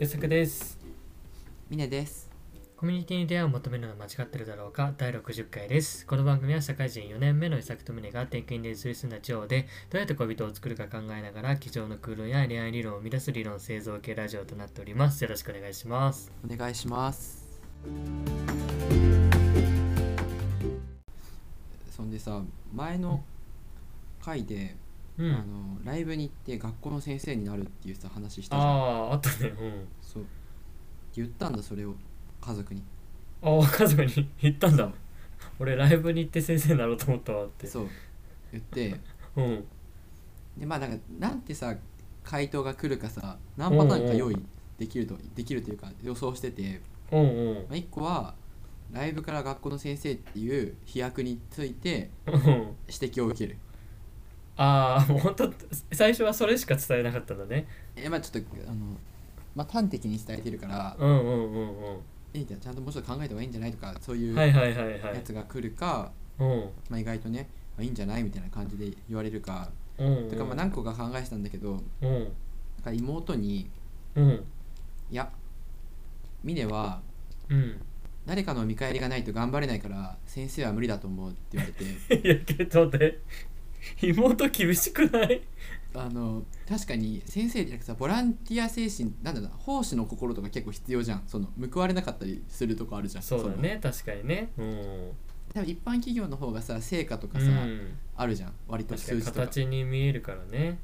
予測ですミネです。コミュニティに出会いを求めるのは間違ってるだろうか第60回ですこの番組は社会人4年目の伊作と宗が転勤で移り住んだ地方でどうやって恋人を作るか考えながら机上の空論や恋愛理論を生み出す理論製造系ラジオとなっておりますよろしくお願いしますお願いします。そんでさ、前の回で、うあんのライブに行って学校の先生になるっていうさ話しあたじゃん。あーあったねうんそう。言ったんだそれを家族に。ああ家族に言ったんだ俺ライブに行って先生になろうと思ったわってそう。言って、うんでまあなんかなんてさ回答が来るかさ、何パターンか用意できるとできるというか予想してて、うんうんまあ一個はライブから学校の先生っていう飛躍についてうん指摘を受ける。ああもう本当最初はそれしか伝えなかったんだねえまあちょっとあの、まあ、端的に伝えてるから、うんうんうんうんえみたいなちゃんともうちょっと考えた方がいいんじゃないとかそういうはいやはいはいはい。つが来るか、うん。まあ、意外とね、まあ、いいんじゃないみたいな感じで言われるか、うん、うん。とかまあ何個か考えてたんだけどなんうん。か妹にうん。 「いやミネはうん。誰かの見返りがないと頑張れないから先生は無理だと思う」って言われ て いやけどね、妹厳しくないあの確かに先生じゃなくてさボランティア精神なんだろうな奉仕の心とか結構必要じゃんその報われなかったりするとこあるじゃんそうだのね、確かにね。うん。多分一般企業の方がさ成果とかうさ、ん、あるじゃん割と確か数に字とか確か形に見えるからね。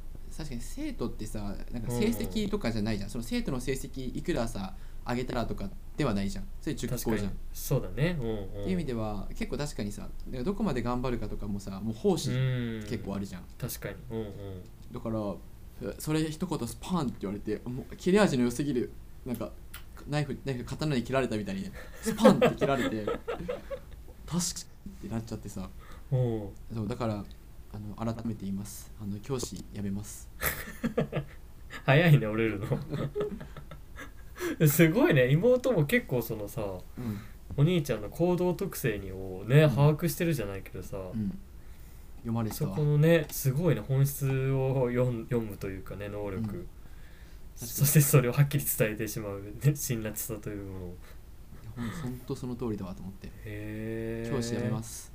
に生徒ってさなんかうん成績とかじゃないじゃん、その生徒の成績いくらさ上げたらとかではないじゃんそれ確か熟考じゃにんっ。そうだね。うん、うん。ていう意味では結構確かにさなんかどこまで頑張るかとかもさもう奉仕うん。結構あるじゃん、確かに。うんうん。だからそれ一言スパンって言われてもう切れ味の良すぎるなんかナイフナイフ刀に切られたみたいにスパンって切ら れて確かにってなっちゃってさうん、そうだからあの改めて言いますあの教師辞めます早いね折れるの すごいね妹も結構そのさうんお兄ちゃんの行動特性にをね、うん把握してるじゃないけどさ、うん、読まれてたそわこのねすごいね本質を読ん読むというかね能力、うんそしてそれをはっきり伝えてしまう、ね、辛辣さというものをほんほんとその通りだわと思ってへえ教師辞めます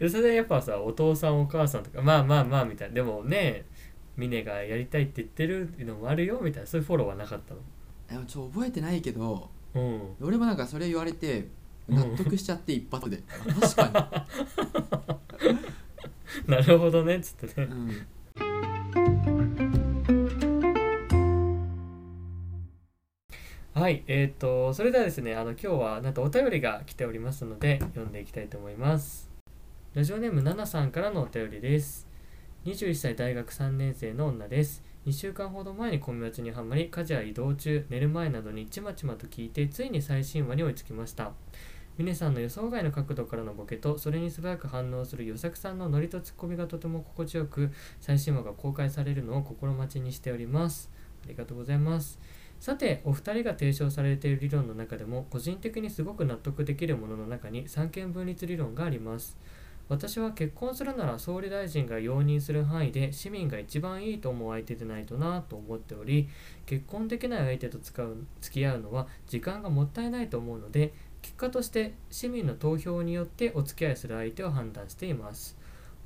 す、それでやっぱさお父さんお母さんとかまあまあまあみたいなでもね峰がやりたいって言ってるのもあるよみたいなそういうフォローはなかったのえちょ覚えてないけどうん 俺もなんかそれ言われてうん納得しちゃって一発で、あ確かなるほどねっつってに、ねうん、はいえー、とそれではですねあの今日はなんとお便りが来ておりますので読んでいきたいと思いますラジオネームナナさんからのお便りです21歳大学3年生の女です2週間ほど前にコミマチにはまり家事や移動中寝る前などにちまちまと聞いてついに最新話に追いつきました峰さんの予想外の角度からのボケとそれに素早く反応する与作さんのノリとツッコミがとても心地よく最新話が公開されるのを心待ちにしておりますありがとうございますさてお二人が提唱されている理論の中でも個人的にすごく納得できるものの中に三権分立理論があります私は結婚するなら総理大臣が容認する範囲で市民が一番いいと思う相手でないとなと思っており結婚できない相手と使う付き合うのは時間がもったいないと思うので結果として市民の投票によってお付き合いする相手を判断しています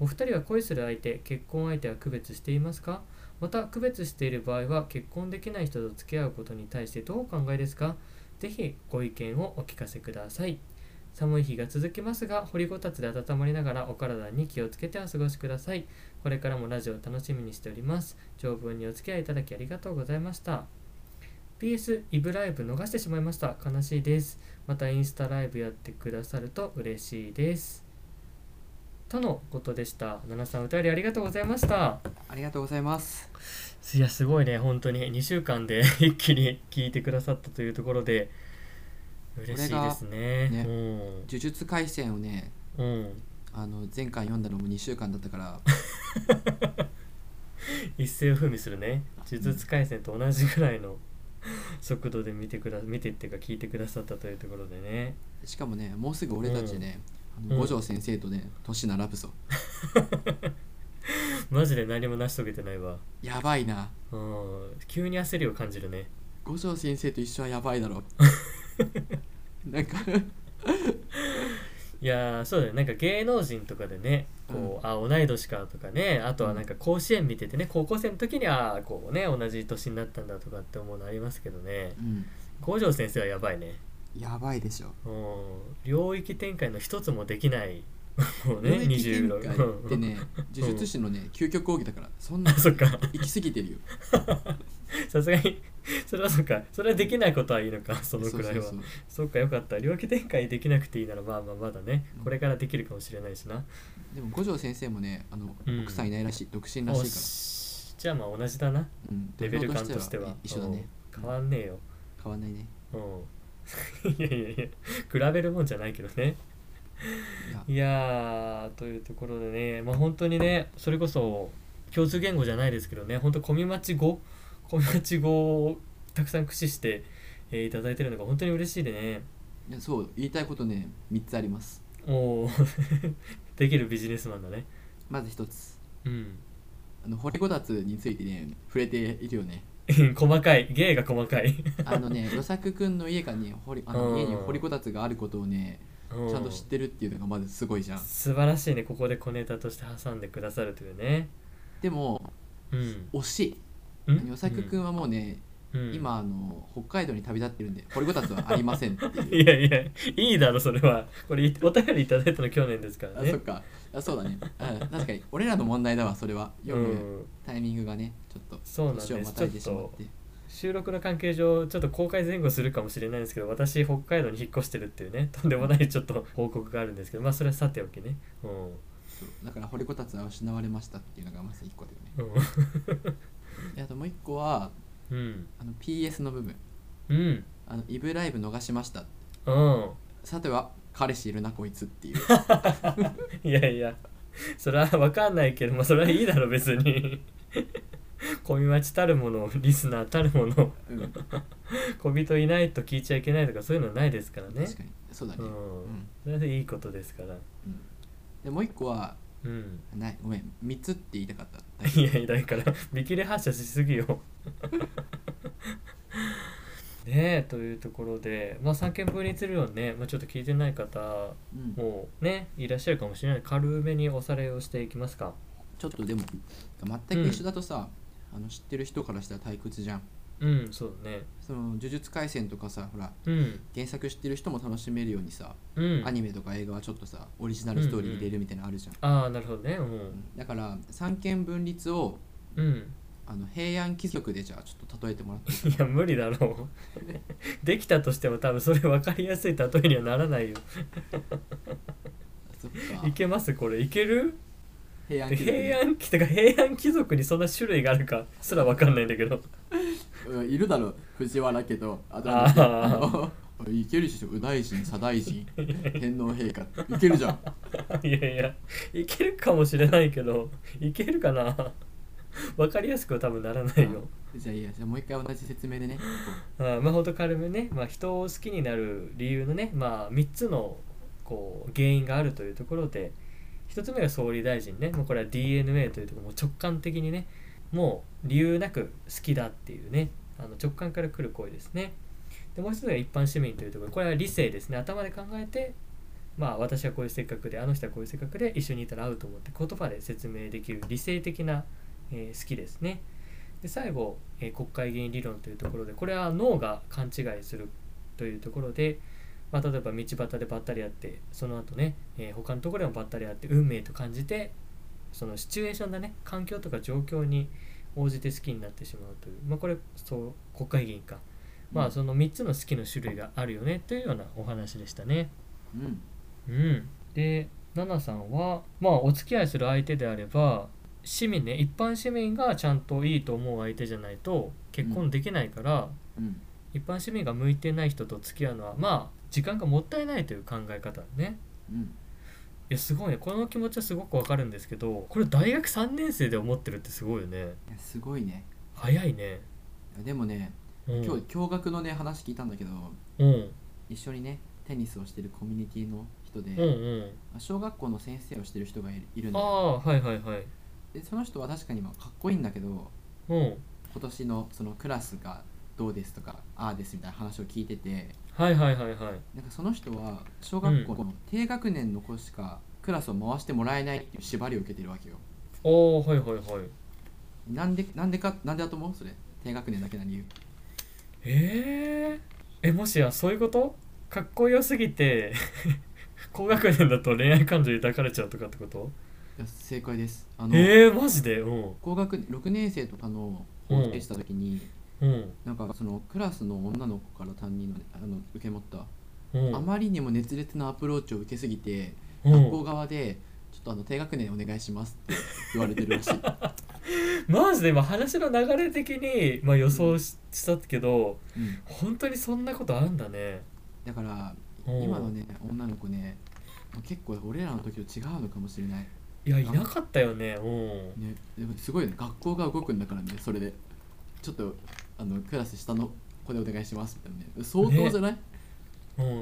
お二人は恋する相手結婚相手は区別していますかまた区別している場合は結婚できない人と付き合うことに対してどうお考えですかぜひご意見をお聞かせください寒い日が続きますが掘りごたつで温まりながらお体に気をつけてお過ごしくださいこれからもラジオを楽しみにしております長文にお付き合いいただきありがとうございました PS イブライブ逃してしまいました悲しいですまたインスタライブやってくださると嬉しいですとのことでした奈々さんお便りありがとうございましたありがとうございますいやすごいね本当に2週間で 一気に聞いてくださったというところで嬉しいですねねうん呪術廻戦をねうんあの前回読んだのも2週間だったから一世を風靡するね呪術廻戦と同じぐらいの 速度で見てくだ見てっていうか聞いてくださったというところでねしかもねもうすぐ俺たちね、んあうんの五条先生とね年並ぶぞマジで何も成し遂げてないわやばいなうん急に焦りを感じるね五条先生と一緒はやばいだろ なんかいやーそうだよなんか芸能人とかでねこう、あ同い年かとかねあとはなんか甲子園見ててね高校生の時にああこうね同じ年になったんだとかって思うのありますけどねうん五条先生はやばいねやばいでしょもう領域展開の一つもできないもうね領域展開26ってね呪術師のね究極奥義だからそんなあ そっか行き過ぎてるよさすがに それはそっかそれはできないことはいいのかそのくらいはそうそうそっかよかった領域展開できなくていいならまあまあまだねこれからできるかもしれないしな、そうでも五条先生もねあの、うん奥さんいないらしい独身らおしいかしじゃあまあ同じだなら、うん、レベル感としては土俵としては一緒だねうん変わんねえよ変わんないねうん いやいやいや比べるもんじゃないけどねいやいやーというところでねまあ本当にねそれこそ共通言語じゃないですけどね本当コミマチ語コミマチ語をたくさん駆使して、えーいただいてるのが本当に嬉しいでねいやそう言いたいことね3つありますおお できるビジネスマンだねまず1つうん あの掘りごたつについてね触れているよ ね細かい芸が細かいあのね与作くんの家がね掘りあうのん家に掘りごたつがあることをねちちゃんと知ってるっていうのがまずすごいじゃん素晴らしいねここで小ネタとして挟んでくださるというねでもうん惜しいあの与作くんはもうね、うんうん今あの北海道に旅立ってるんで掘りごたつはありません っていういやいやいいだろそれはこれお便りいただいたの去年ですからあそねっかあそうだねあ確かに俺らの問題だわそれはう読むんタイミングがねちょっとそうなんです年をまたいでしまって収録の関係上ちょっと公開前後するかもしれないんですけど私北海道に引っ越してるっていうねとんでもないちょっと報告があるんですけどまあそれはさておきねうんそうだから掘りごたつは失われましたっていうのがまず1個だよねであともう1個はうんあの PS の部分うんあのイブライブ逃しましたうんさては彼氏いるなこい つっていういやいやそれは分かんないけどまあそれはいいだろ別に小見町たるものリスナーたるものうん、小人いないと聞いちゃいけないとかそういうのはないですからね確かにそうだうねうんんそれでいいことですからうんでもう1個はうんないごめん3つって言いた かったいやいやだから見切り発車しすぎよ。ねえというところで、まあ、三軒分にするよね、まあ、ちょっと聞いてない方うんもねいらっしゃるかもしれない軽めにおさらいをしていきますか。ちょっとでも全く一緒だとさ、あの知ってる人からしたら退屈じゃんうんそうだね。その呪術廻戦とかさほらうん原作知ってる人も楽しめるようにさ、うん。アニメとか映画はちょっとさオリジナルストーリー入れるみたいなのあるじゃん、ああなるほどね。ううんん。だから三権分立をうん、あの平安貴族でじゃあちょっと例えてもらっていや無理だろう。 できたとしても多分それ分かりやすい例えにはならないよ。そっいかけますこれいける平安貴族ね平安貴とか平安貴族にそんな種類があるかすら分かんないんだけど。 うんいるだろう藤原家とあとあーあのいけるでしょ右大臣左大臣天皇陛下いけるじゃ んいやいや、いけるかもしれないけど、いけるかな わかりやすくは多分ならないよ。じゃあいいやじゃあもう一回同じ説明でねあまあほんと軽めね、まあ、人を好きになる理由のね、まあ、3つのこう原因があるというところで1つ目が総理大臣ねもうこれは DNA というところもう直感的にねもう理由なく好きだっていうねあの直感から来る行為ですねでもう1つが一般市民というところこれは理性ですね頭で考えてまあ私はこういう性格であの人はこういう性格で一緒にいたら合うと思って言葉で説明できる理性的な、えー好きですねで最後、えー国会議員理論というところでこれは脳が勘違いするというところで、まあ、例えば道端でばったり会ってその後ね、えー他のところでもばったり会って運命と感じてそのシチュエーションだね環境とか状況に応じて好きになってしまうという、まあ、これそう国会議員か、まあ、その3つの好きの種類があるよねというようなお話でしたね。うんうん、でナナさんは、まあ、お付き合いする相手であれば市民ね一般市民がちゃんといいと思う相手じゃないと結婚できないから、うん一般市民が向いてない人と付き合うのはまあ時間がもったいないという考え方ね。うんいやすごいねこの気持ちはすごくわかるんですけどこれ大学3年生で思ってるってすごいよねいやすごいね早いねでもねうん今日驚愕のね話聞いたんだけどうん一緒にねテニスをしてるコミュニティの人で、うんうん小学校の先生をしてる人がいるいるんあだよあはいはいはいでその人は確かにまあかっこいいんだけどうん今年のそのクラスがどうですとかああですみたいな話を聞いててはいはいはいはいなんかその人は小学校の低学年の子しかクラスを回してもらえないっていう縛りを受けてるわけよおおはいはいはいなんでなんでかなんでだと思うそれ低学年だけな理由えー、えもしやそういうことかっこよすぎて 高学年だと恋愛感情抱かれちゃうとかってこといや正解ですあの、えー、マジでうん高学年6年生とかのうをん受けした時に、うんなんかそのクラスの女の子から担任のあの受け持った、うんあまりにも熱烈なアプローチを受けすぎて、う学校ん側でちょっとあの低学年お願いしますって言われてる らしいマジで今話の流れ的に、まあ、予想し,、したけどうん本当にそんなことあるんだねだからうん今のね女の子ねもう結構俺らの時と違うのかもしれない、いやいなかったよねうんね、でもすごいよね学校が動くんだからねそれでちょっとあのクラス下の子でお願いしますみたいなね相当じゃない、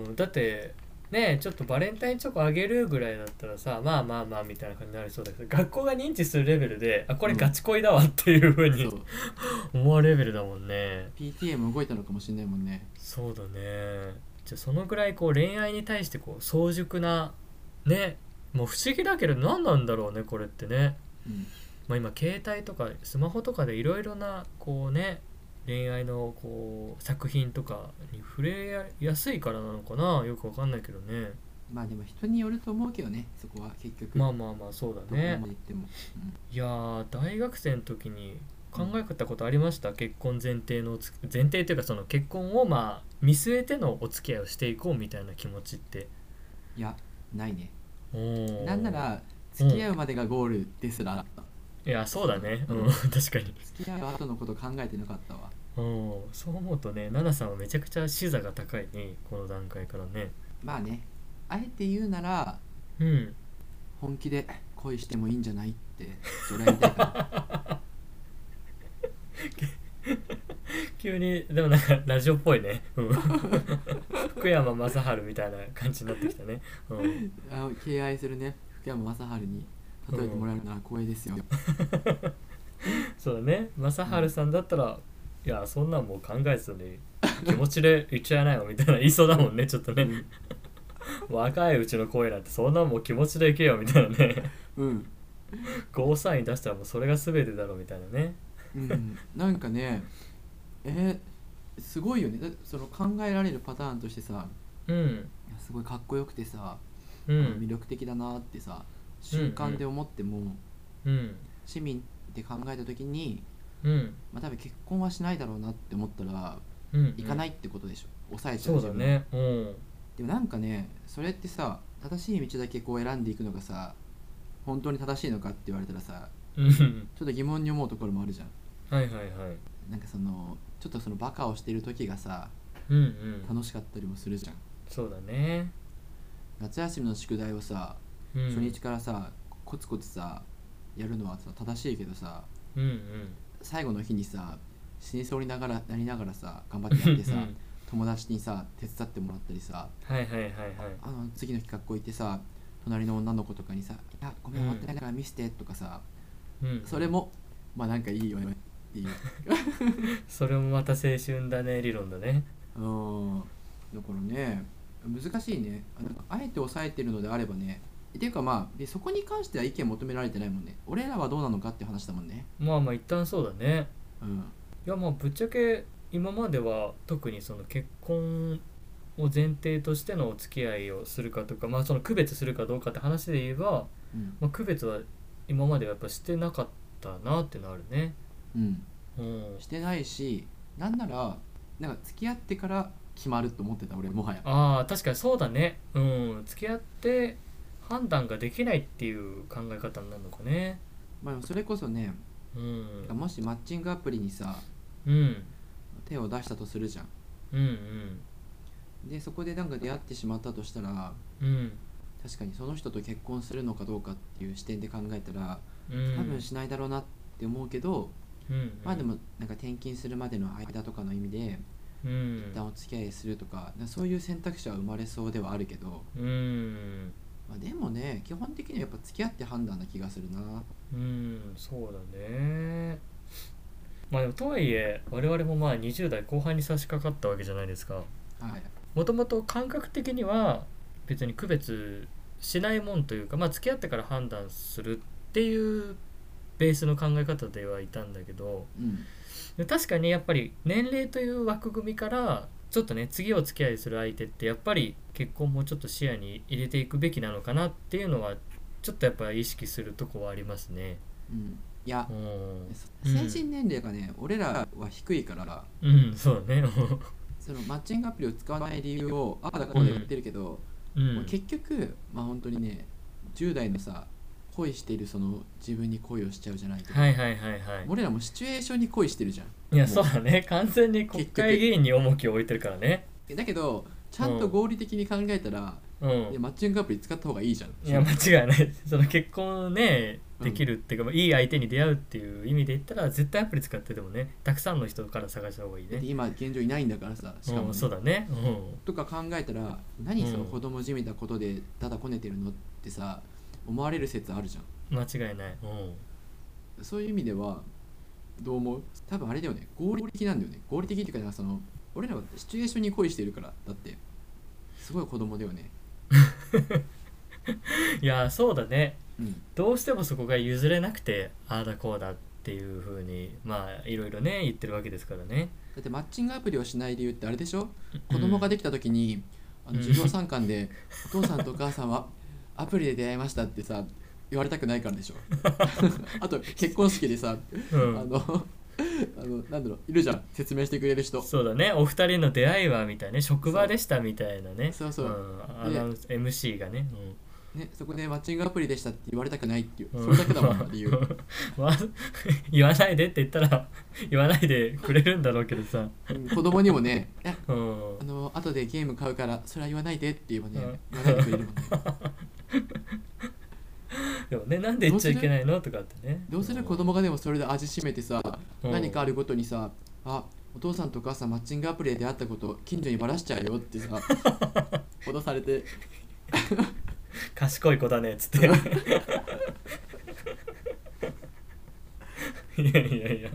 うん、だってねちょっとバレンタインチョコあげるぐらいだったらさまあまあまあみたいな感じになりそうだけど学校が認知するレベルであこれガチ恋だわっていうふうそにう思われるレベルだもんね PTA も動いたのかもしれないもんねそうだねじゃあそのぐらいこう恋愛に対してこう早熟なねもう不思議だけど何なんだろうねこれってね、うんまあ、今携帯とかスマホとかでいろいろなこうね恋愛のこう作品とかに触れやすいからなのかなよくわかんないけどねまあでも人によると思うけどねそこは結局まあまあまあそうだどこまねで行っても、いやー大学生の時に考えたことありました、結婚前提のおつ前提というかその結婚をまあ見据えてのお付き合いをしていこうみたいな気持ちっていやないねおーなんなら付き合うまでがゴールですら、いやそうだねうん、 うん確かに付き合う後のこと考えてなかったわおそう思うとね奈々さんはめちゃくちゃ視座が高いねこの段階からねまあねあえて言うならうん本気で恋してもいいんじゃないってそれは言 いたいかな急にでもなんかラジオっぽいね、うん、 福山雅治みたいな感じになってきたね、うん、あの敬愛するね福山雅治に例えてもらえるなら光栄ですよ、そうだね正治さんだったら、いやそんなんもう考えずに気持ちで言っちゃいないよみたいな言いそうだもんねちょっとね、若いうちの声なんてそんなんもう気持ちでいけよみたいなねうん、ゴーサイン出したらもうそれが全てだろうみたいなねうん、なんかねえーすごいよねだその考えられるパターンとしてさうんいやすごいかっこよくてさ、う魅ん力的だなってさ瞬間で思っても、うん市民って考えた時に、うんまあ、多分結婚はしないだろうなって思ったらうん行かないいってことでしょ、抑えちゃうそうだ自分ねうんでもなんかねそれってさ正しい道だけこう選んでいくのがさ本当に正しいのかって言われたらさうんちょっと疑問に思うところもあるじゃんはいはいはいなんかそのちょっとそのバカをしてる時がさうんうん楽しかったりもするじゃんそうだね夏休みの宿題をさうん初日からさ、コツコツさやるのはさ正しいけどさうんうん最後の日にさ死にそうにながらなりながらさ頑張ってやってさうんうん友達にさ手伝ってもらったりさはいはいはいはいあの次の日学校行ってさ隣の女の子とかにさ「いやごめんうん終わってないから見せて」とかさ、うんそれもまあなんかいいよねっていう それもまた青春だね理論だねうんだからね難しいねあなんかあえて抑えてるのであればねっていうかまあでそこに関しては意見求められてないもんね俺らはどうなのかって話だもんねまあまあ一旦そうだねうんいやまあぶっちゃけ今までは特にその結婚を前提としてのお付き合いをするかとか、まあ、その区別するかどうかって話で言えば、うん、まあ、区別は今まではやっぱしてなかったなってなるね。うん、うん、してないしなんならなんか付き合ってから決まると思ってた俺もはやああ確かにそうだね。うん、付き合って判断ができないっていう考え方になるのかね。まあでもそれこそねうん、もしマッチングアプリにさうん、手を出したとするじゃんうん、でそこでなんか出会ってしまったとしたらうん、うん、確かにその人と結婚するのかどうかっていう視点で考えたらうん、多分しないだろうなって思うけど、うん、うん、まあでもなんか転勤するまでの間とかの意味でうん、一旦お付き合いするとかなんかそういう選択肢は生まれそうではあるけど、うん。まあ、でもね基本的にはやっぱ付き合って判断な気がするなうんそうだねまあでもとはいえ我々もまあ20代後半に差し掛かったわけじゃないですかはいもともと感覚的には別に区別しないもんというかまあ付き合ってから判断するっていうベースの考え方ではいたんだけどうんで確かにやっぱり年齢という枠組みからちょっとね次お付き合いする相手ってやっぱり結婚もちょっと視野に入れていくべきなのかなっていうのはちょっとやっぱり意識するとこはありますね。うんいやうんうん精神年齢がね、俺らは低いからうん、そうだね。 そのマッチングアプリを使わない理由をああだからこうで言ってるけど、うんもう結局まあ本当にね10代のさ恋しているその自分に恋をしちゃうじゃないけど、はいはいはいはい。俺らもシチュエーションに恋してるじゃんいやもうそうだね完全に国会議員に重きを置いてるからねだけどちゃんと合理的に考えたら、うんいやマッチングアプリ使った方がいいじゃんいや間違いない その結婚ねうんできるっていうか、まあいい相手に出会うっていう意味で言ったら絶対アプリ使っててもねたくさんの人から探した方がいいだってね今現状いないんだからさしかもね、うん、そうだねうんとか考えたら何そのうん子供じみたことでただこねてるのってさ思われる説あるじゃん間違いないうんそういう意味ではどう思う多分あれだよね合理的なんだよね合理的っていうかなんかその俺らはシチュエーションに恋してるからだってすごい子供だよねいやそうだねうんどうしてもそこが譲れなくてああだこうだっていうふうにまあいろいろね言ってるわけですからねだってマッチングアプリをしない理由ってあれでしょ子供ができた時に、あの授業参観で「お父さんとお母さんはアプリで出会いました」ってさ言われたくないから でしょあと結婚式でさうあん、のあのなんだろういるじゃん説明してくれる人そうだねお二人の出会いはみたいなね職場でしたみたいなね、そうそうそうんアナウンス MC がね、うん、ね、そこでマッチングアプリでしたって言われたくないっていう、それだけだもん 理由 まあ言わないでって言ったら 言わないでくれるんだろうけどさ、うん子供にもね「えうんあ、の後でゲーム買うからそれは言わないで」って言えばね、言わないでくれるもんね でもねなんで言っちゃいけないのとかってねどうする子供がでもそれで味しめてさ、うん何かあるごとにさ「あお父さんとお母さんマッチングアプリで出会ったこと近所にバラしちゃうよ」って さ脅されて賢い子だねっつ っていやいやいや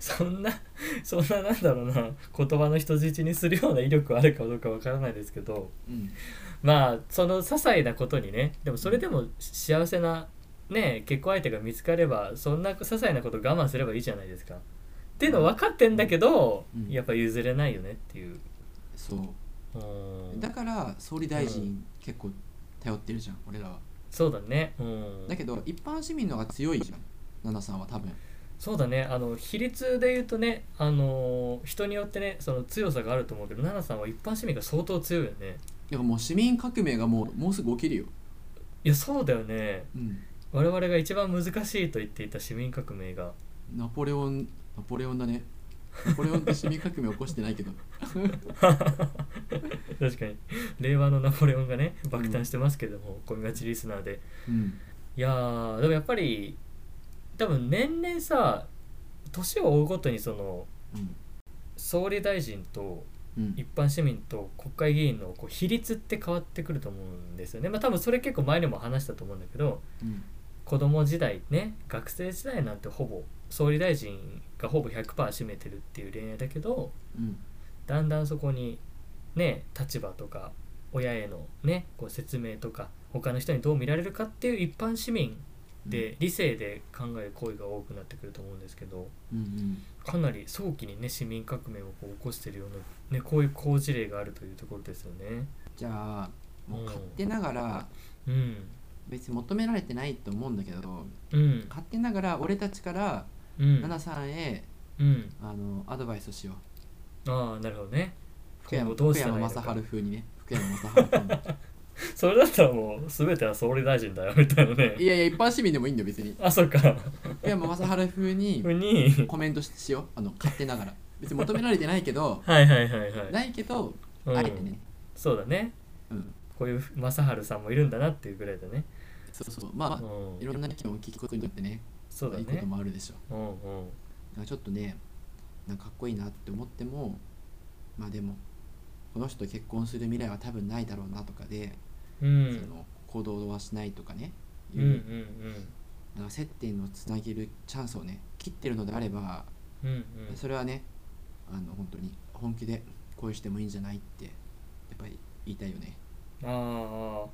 そんなそんななんだろうな言葉の人質にするような威力はあるかどうかわからないですけどうんまあその些細なことにねでもそれでも幸せなね結婚相手が見つかればそんな些細なことを我慢すればいいじゃないですか。っていうの分かってんだけど、うんやっぱ譲れないよねっていう。そううんだから総理大臣結構頼ってるじゃん俺らはそうだね、うん、だけど一般市民の方が強いじゃん奈々さんは多分そうだねあの比率で言うとね、あのー人によってねその強さがあると思うけど奈々さんは一般市民が相当強いよね。いやもう市民革命がもうもうすぐ起きるよ、いやそうだよねうん、我々が一番難しいと言っていた市民革命がナポレオンナポレオンだねナポレオンって市民革命起こしてないけど確かに令和のナポレオンがね爆誕してますけども、ゴミガチリスナーでうんいやーでもやっぱり多分年々さ年を追うごとにそのうん総理大臣とうん一般市民と国会議員のこう比率って変わってくると思うんですよねまあ多分それ結構前にも話したと思うんだけどうん子供時代ね学生時代なんてほぼ総理大臣がほぼ100%占めてるっていう恋愛だけどうんだんだんそこにね立場とか親へのねこう説明とか他の人にどう見られるかっていう一般市民で理性で考える行為が多くなってくると思うんですけどうんうんかなり早期にね市民革命をこう起こしてるような、ね、こういう好事例があるというところですよね。じゃあもう勝うん手ながらうん、別に求められてないと思うんだけどうん、勝手ながら俺たちからうん、奈々さんへうん、あのアドバイスをしようああなるほどね。福山今後どう福したらいい山の雅か治風にね福山雅治 風それだったらもう全ては総理大臣だよみたいなにいね。やいや一般市民でもいいんだよ別に あそっか。福山雅治風にふに。コメントししようあの勝手ながら別に求められてないけどはいはいはいはい。ないけど、うんあえてね、そうだね。うん、こういう正治さんもいるんだなっていうぐらいだね。そうそうまあ、うんいろんな意見を聞くことによってねそうだいいことね。もあるでしょだうんうん。からちょっとねなんかかっこいいなって思ってもまあでもこの人と結婚する未来は多分ないだろうなとかで、うそん。の行動はしないとかねいうんうんうん。なんか接点をつなげるチャンスをね切ってるのであればうんうんそれはねあの本当に本気で恋してもいいんじゃないってやっぱり言いたいよねああ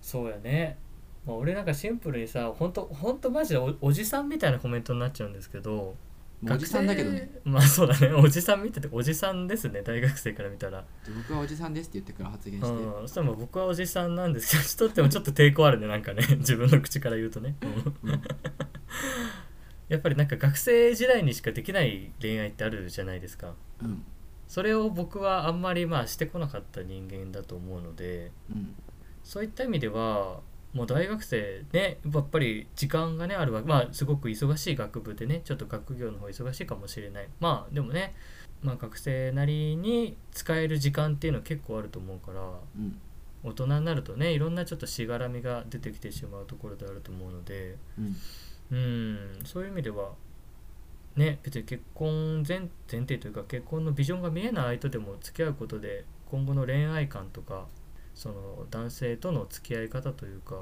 そうやね、まあ、俺なんかシンプルにさほんとほんとマジでおおじさんみたいなコメントになっちゃうんですけどもうおじさんだけどね学生まあそうだねおじさん見てておじさんですね大学生から見たら僕はおじさんですって言ってから発言して、うん、そしたらもう僕はおじさんなんですけど人ってもちょっと抵抗あるねなんかね 自分の口から言うとね、うんうんやっぱりなんか学生時代にしかできない恋愛ってあるじゃないですかうんそれを僕はあんまりまあしてこなかった人間だと思うのでうんそういった意味ではもう大学生ねやっぱり時間がねあるわまあすごく忙しい学部でねちょっと学業の方忙しいかもしれないまあでもね、まあ、学生なりに使える時間っていうのは結構あると思うからうん大人になるとねいろんなちょっとしがらみが出てきてしまうところであると思うのでうんうんそういう意味ではね別に結婚前前提というか結婚のビジョンが見えない相手でも付き合うことで今後の恋愛観とかその男性との付き合い方というか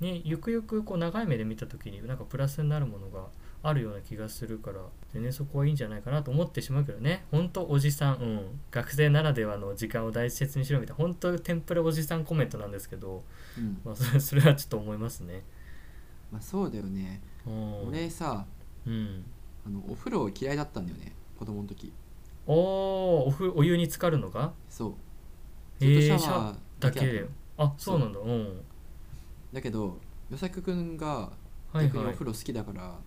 にゆくゆくこう長い目で見た時になんかプラスになるものがあるような気がするから全然そこはいいんじゃないかなと思ってしまうけどねほんとおじさん、うん、学生ならではの時間を大切にしろみたいなほんとテンプレおじさんコメントなんですけど、うんまあ、それそれはちょっと思いますね。まあそうだよね、うん俺さうんあのお風呂嫌いだったんだよね子供の時おおおふお湯に浸かるのがそうえずっとーシャシャワーワだけだったでのあそうなんだうんだけど与作くんがはい逆にはおい風呂好きだから、ああ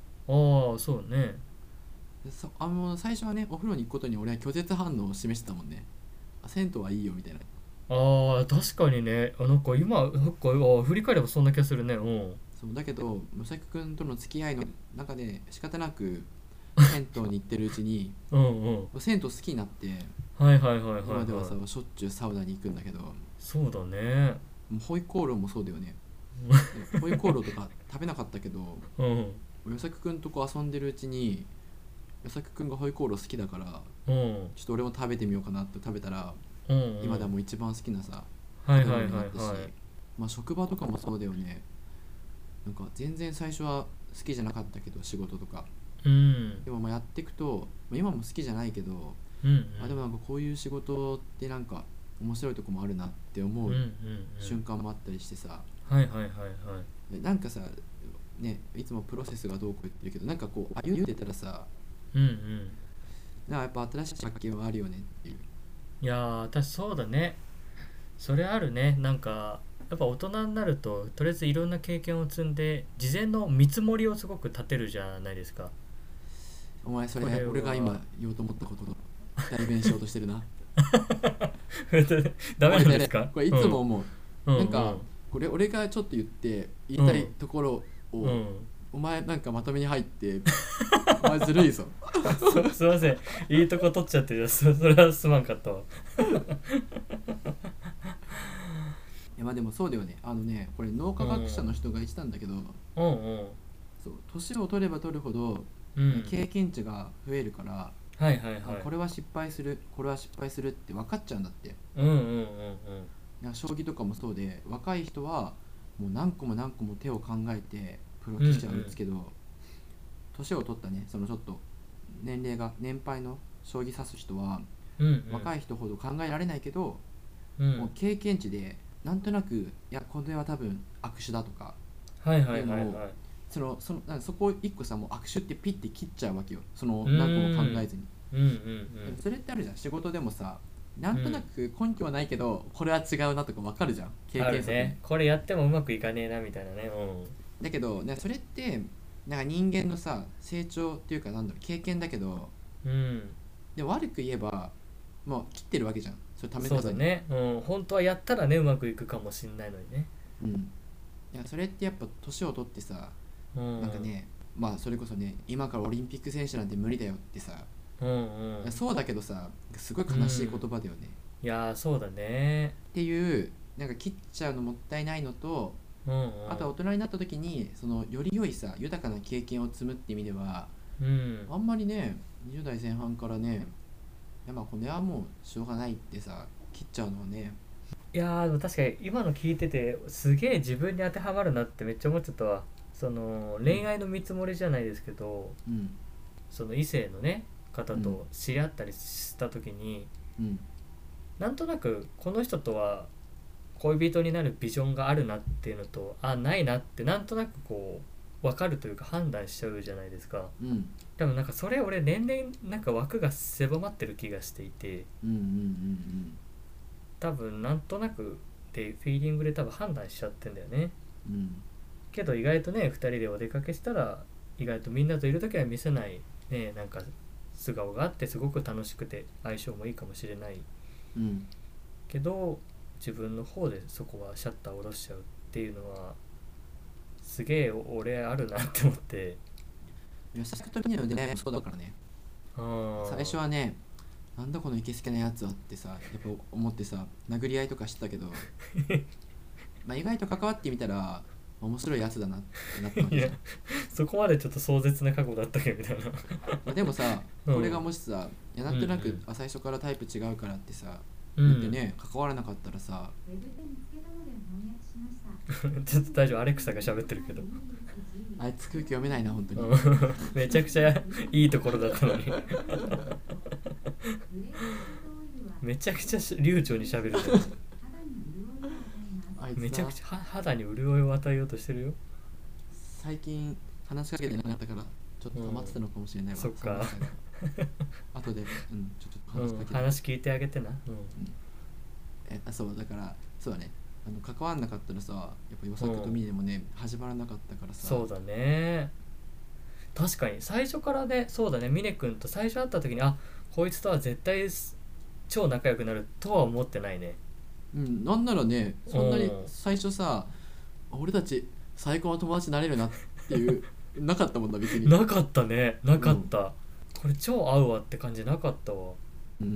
そうねそあもう最初はねお風呂に行くことに俺は拒絶反応を示してたもんねあ銭湯はいいよみたいなああ確かにねあなんか今なんかあ振り返ればそんな気がするねうんそうだけど与作くんとの付き合いの中で仕方なく銭湯に行ってるうちに うんうん銭湯好きになってはいはいはいはい、は今い、ではさしょっちゅうサウナに行くんだけどもそうだねうホイコーローもそうだよねホイコーローとか食べなかったけどうん与作くんとこう遊んでるうちに与作くんがホイコーロー好きだからうんちょっと俺も食べてみようかなって食べたらうん、うん、今ではもう一番好きなさはい食べはい物はいになはっいたしまあ職場とかもそうだよねなんか全然最初は好きじゃなかったけど仕事とかうんでもまあやっていくと、まあ、今も好きじゃないけど、うんうんあでもなんかこういう仕事ってなんか面白いとこもあるなってう思んううんううん瞬間もあったりしてさ、はいはいはいはいでなんかさねいつもプロセスがどうこう言ってるけどなんかこう歩んでたらさうんうんなんかやっぱ新しい発見はあるよねっていういやー私そうだねそれあるねなんかやっぱ大人になるととりあえずいろんな経験を積んで事前の見積もりをすごく立てるじゃないですか お前それこれは俺が今言おうと思ったことと 代弁しようとしてるなダメなんですかこれいつも、思う、うん、なんかこれ俺がちょっと言って言いたいところうを、んうん、うんお前なんかまとめに入って お前ずるいぞす すいませんいいとこ取っちゃってるそそれはすまんかったわいやまあでもそうだよねあのねこれ脳科学者の人が言ってたんだけど、うんうんそう年を取れば取るほど、うん経験値が増えるから、はいはいはいあこれは失敗するこれは失敗するって分かっちゃうんだってうんうんうんうんなんか将棋とかもそうで若い人はもう何個も何個も手を考えてプロ棋士は打つけど、年を取ったねそのちょっと年齢が年配の将棋指す人は、うんうん若い人ほど考えられないけど、うんもう経験値でなんとなくいやこれは多分握手だとかはいはいはいはいそのそのなんかそこを一個さもう握手ってピッて切っちゃうわけよそのうん何個も考えずに、うんうんでもそれってあるじゃん仕事でもさなんとなく根拠はないけど、これは違うなとか分かるじゃんう経んあ験る則、ねこれやってもうまくいかねえなみたいなねうんだけどねそれってなんか人間のさ成長っていうかなんだろう経験だけどうん、で悪く言えばもう切ってるわけじゃんそれ試そさうずだにね、うん、本当はやったらねうまくいくかもしんないのにね、うん、いやそれってやっぱ年を取ってさうん、なんかねまあそれこそね今からオリンピック選手なんて無理だよってさ、うんうんそうだけどさすごい悲しい言葉だよね、っいやーそうだねていうなんか切っちゃうのもったいないのと、うんうんあとは大人になった時にそのより良いさ豊かな経験を積むって意味ではうんあんまりね20代前半からねいやまあこれはもうしょうがないってさ切っちゃうのはねいやーでも確かに今の聞いててすげえ自分に当てはまるなってめっちゃ思っちゃったわその恋愛の見積もりじゃないですけどうんその異性のね方うんと知り合ったりした時に、うんなんとなくこの人とは恋人になるビジョンがあるなっていうのとあないなってなんとなくこう分かるというか判断しちゃうじゃないですかうんでもなんかそれ俺年々なんか枠が狭まってる気がしていてうんうんうん多分なんとなくでフィーリングで多分判断しちゃってんだよねうんうんけど意外とね2人でお出かけしたら意外とみんなといる時は見せないねなんか素顔があってすごく楽しくて相性もいいかもしれないうんけど自分の方でそこはシャッターを下ろしちゃうっていうのはすげえ俺あるなって思って優しく時には出会いもそうだからね最最初はねなんだこのいけすけなやつはってさやっぱ思ってさ殴り合いとかして たけどまあ意外と関わってみたら面白いやつだなってなったわけいじゃやんそこまでちょっと壮絶な過去だったけどみたいなまあでもさ、うんこれがもしさいやなんとなく、うんうんあ最初からタイプ違うからってさ、うん言ってね関わらなかったらさウェブで見つけたので翻訳しましちた。ょっと大丈夫アレクサが喋ってる けどあいつ空気読めないな本当に、うんめちゃくちゃいいところだった のに めちゃくちゃし流暢に喋るじゃんあいつなめちゃくちゃは肌に潤いを与えようとしてるよ最近話しかけてなかったからちょっと溜まってたのかもしれないわ、うんそっかあとで、うん、ちょっうと話しかけんて、話聞いてあげてなえあそうだからそうだねあの関わんなかったらさやっぱ予測と見でもね、始まらなかったからさそうだね確かに最初からねそうだね峰君と最初会った時にあこいつとは絶対す超仲良くなるとは思ってないねうん、なんならねそんなにうん最初さ俺たち最高の友達になれるなっていう なかったもんだ別に、なかったねなかった、これ超合うわって感じなかったわうん、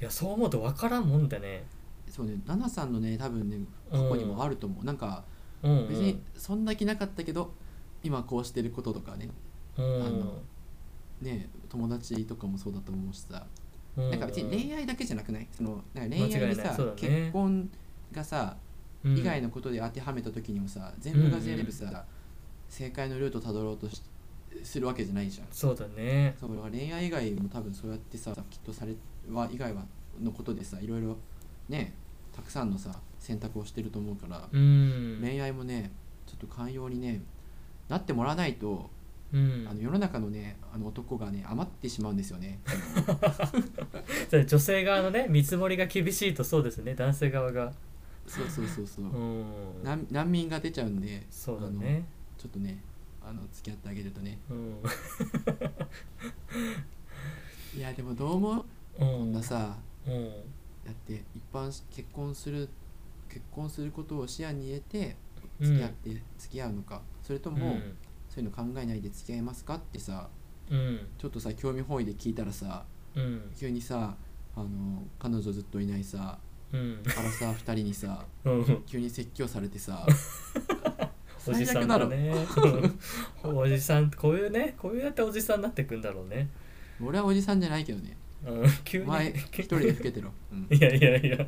いやそう思うと分からんもんだねそうねナナさんのね多分ね過去にもあると思う、なんかうん、うん、別にそんな気なかったけど今こうしてることとかねうん、あのね友達とかもそうだと思うしさうなんか別に恋愛だけじゃなくないそのなんか恋間違愛いにないさ、そうだね結婚がさうん以外のことで当てはめた時にもさ全部が全部さ、正解のルートたどろうとしするわけじゃないじゃんそうだねそうだから恋愛以外も多分そうやってさきっとされは以外はのことでさいろいろねたくさんのさ選択をしてると思うから、うん恋愛もねちょっと寛容にねなってもらわないと、うんあの世の中のねあの男がね余ってしまうんですよね そう女性側のね見積もりが厳しいとそうですね男性側がそうそうそうそう、うん難難民が出ちゃうんでそうだねちょっとねあの付き合ってあげるとねうんいやでもどう思うこんうなんさうんだって一般し結婚する結婚することを視野に入れてうん付き合って、付き合うのかそれとも、うんそういうの考えないで付き合いますかってさうんちょっとさ興味本位で聞いたらさうん急にさあの彼女ずっといないさうんアラサー2人 にさうん急に説教され てさおじさんだね うんおじさんこういうねこういうやっておじさんになってくんだろうね俺はおじさんじゃないけどねうん急おに前 急一に人で老けてろ、 うんいやいやいや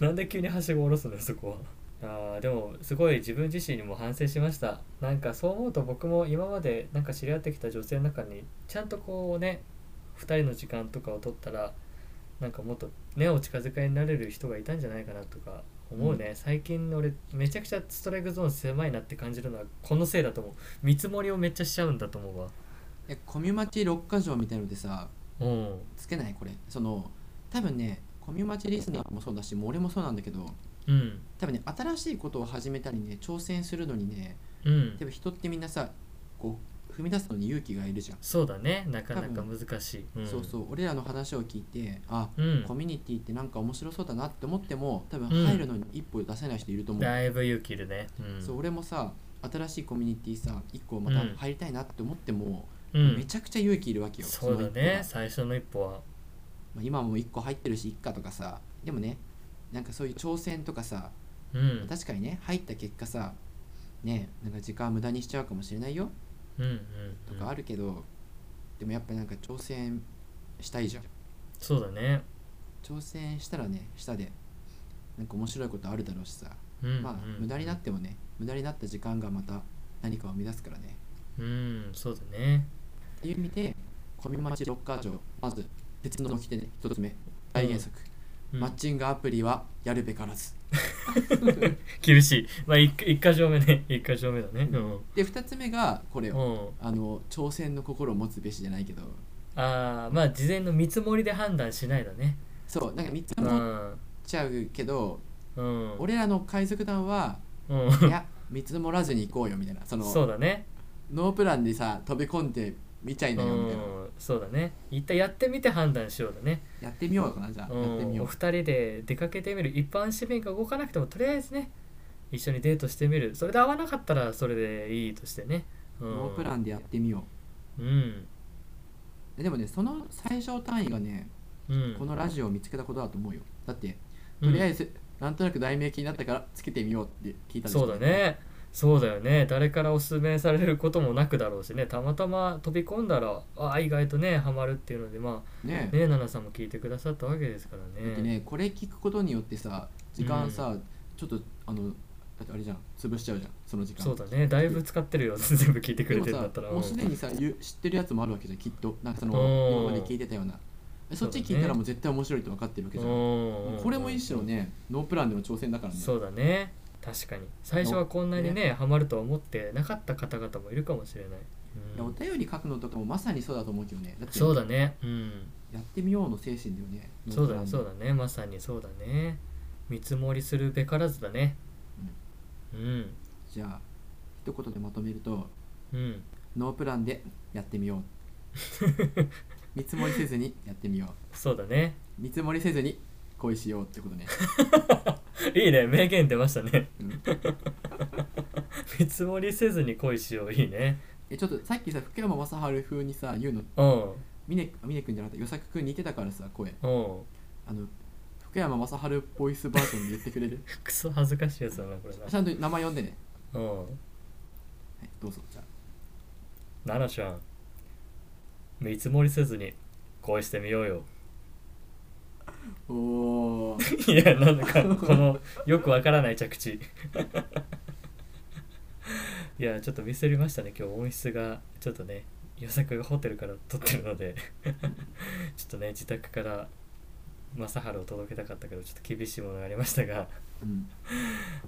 なんで急にはしご下ろすのよそこはあーでもすごい自分自身にも反省しましたなんかそう思うと僕も今までなんか知り合ってきた女性の中にちゃんとこうね2人の時間とかを取ったらなんかもっとねお近づかいになれる人がいたんじゃないかなとか思うね、最近俺めちゃくちゃストライクゾーン狭いなって感じるのはこのせいだと思う見積もりをめっちゃしちゃうんだと思うわえコミュマチ六ヶ条みたいのでさうんつけないこれその多分ねコミュマチリスナーもそうだしもう俺もそうなんだけどうん多分ね新しいことを始めたりね挑戦するのにねうん多分人ってみんなさこう踏み出すのに勇気がいるじゃん、そうだねなかなか難しい、ん、そうそう俺らの話を聞いてあ、うんコミュニティってなんか面白そうだなって思っても多分うん入るのに一歩出せない人いると思う、だいぶ勇気いるね。うん、そう俺もさ新しいコミュニティさ一個また入りたいなって思っても、うんめちゃくちゃ勇気いるわけよそうだの一歩ねが最初の一歩は。まあ、今も1個入ってるしいっかとかさでもねなんかそういう挑戦とかさうん確かにね入った結果さねなんか時間無駄にしちゃうかもしれないようんうんとうんかあるけど、でもやっぱなんか挑戦したいじゃんそうだね。挑戦したらね下でなんか面白いことあるだろうしさ、うんまあうん無駄になってもね無駄になった時間がまた何かを生み出すからねうんそうだね。っていう意味で小見町ロッカー城まず鉄の掟ね一つ目大原則、うんマッチングアプリはやるべからず厳しい。まあ、一一箇条目ね。 一箇条目だね。うん。で二つ目がこれうよん、あの挑戦の心を持つべしじゃないけどああ、まあ、事前の見積もりで判断しないだね。そうなんか3つう持っん。ちゃうけど、うん。俺らの海賊団 はうん、いや見積もらずに行こうよみたいなその そうだね。ノープランでさ飛び込んで見ちゃいなよみたいな、うん、そうだね。一旦やってみて判断しようだね。やってみようかなじゃあ、うやってみん、よおう二人で出かけてみる一般市民が動かなくてもとりあえずね一緒にデートしてみるそれで合わなかったらそれでいいとしてね、うん、ノープランでやってみようんうでもねその最小単位がねうんこのラジオを見つけたことだと思うよだってとりあえず、なんとなく題名気になったからつけてみようって聞うんんいたですそうだねそうだよね誰からおすすめされることもなくだろうしねたまたま飛び込んだらあ意外とねハマるっていうのでまねあね奈々さんも聞いてくださったわけですからだってねねこれ聞くことによってさ時間さ、ちょっとあのだってあれじゃん潰しちゃうじゃんその時間そうだねだいぶ使ってるよ全部聞いてくでれもてるんださったらもうすでにさゆ知ってるやつもあるわけじゃんきっとなんかそのうん今まで聞いてたようなそそうっちだね聞いたらもう絶対面白いって分かってるわけじゃん、うんこれも一種のねノープランでの挑戦だからねそうだね確かに最初はこんなにねハマるとは思ってなかった方々もいるかもしれない、いやうんお便り書くのとかもまさにそうだと思うけどねだってそうだねうんやってみようの精神だよねそうだねそうだだねまさにそうだね見積もりするべからずだねうんじゃあ一言でまとめるとうんノープランでやってみよう 見積もりせずにやってみようそうだね 見積もりせずに恋しようってことね、いいね名言出ましたね うん見積もりせずに恋しよういいねえちょっとさっきさ福山雅治風にさ言うのうん峰峰君じゃなかった与作君に似てたからさ声うんあの福山雅治ボイスバージョンで言ってく れるくそ恥ずかしいやつだなこれちゃんと名前呼んでねなうんはいどうぞじゃあ奈々ちゃん見積もりせずに恋してみようよお ーいやなんだかこのよくわからない着地いやちょっとミスりましたね今日音質がちょっとね予作がホテルから撮ってるので ちょっとね自宅から正治を届けたかったけどちょっと厳しいものがありましたがうん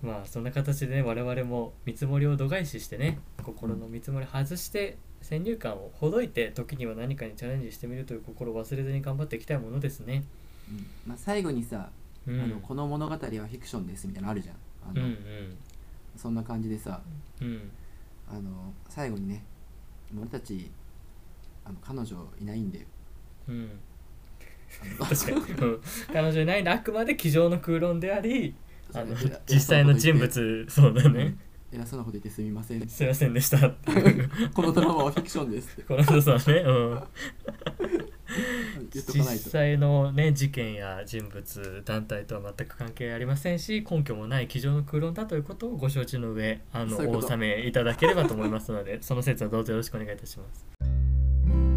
まあそんな形でね我々も見積もりを度外視してね心の見積もり外して先入観をほどいて時には何かにチャレンジしてみるという心を忘れずに頑張っていきたいものですね。うんまあ、最後にさ、うん、あのこの物語はフィクションですみたいなのあるじゃんあうんの、そんな感じでさうんうんあの最後にね俺たちあの彼女いないんでうんあの確かに、うん、彼女いないんであくまで机上の空論であり あのそう偉実際の人物そうだうねん、偉そうなこと言ってすみません すいませんでしたっていう このドラマはフィクションですってこの人さんね、うん、言っとか実ないと際の、ね、事件や人物団体とは全く関係ありませんし根拠もない机上の空論だということをご承知の上あのそういうこおと納めいただければと思いますので その説はどうぞよろしくお願いいたします。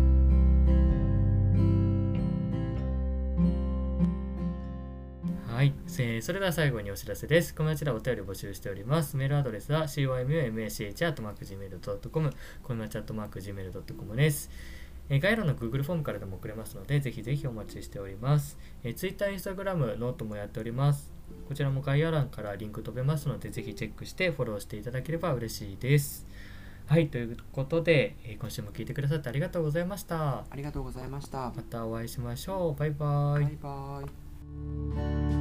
はい、えーそれでは最後にお知らせです。このちらお便りを募集しております。メールアドレスは cymumach.gmail.com、このちゃ .gmail.com です。えー概要欄の Google フォームからでも送れますので、ぜひぜひお待ちしております。えー Twitter、Instagram、ノートもやっております。こちらも概要欄からリンク飛べますので、ぜひチェックしてフォローしていただければ嬉しいです。はい、ということで、えー今週も聞いてくださってありがとうございました。ありがとうございましたまたお会いしましょう。バイバイ。バイバイ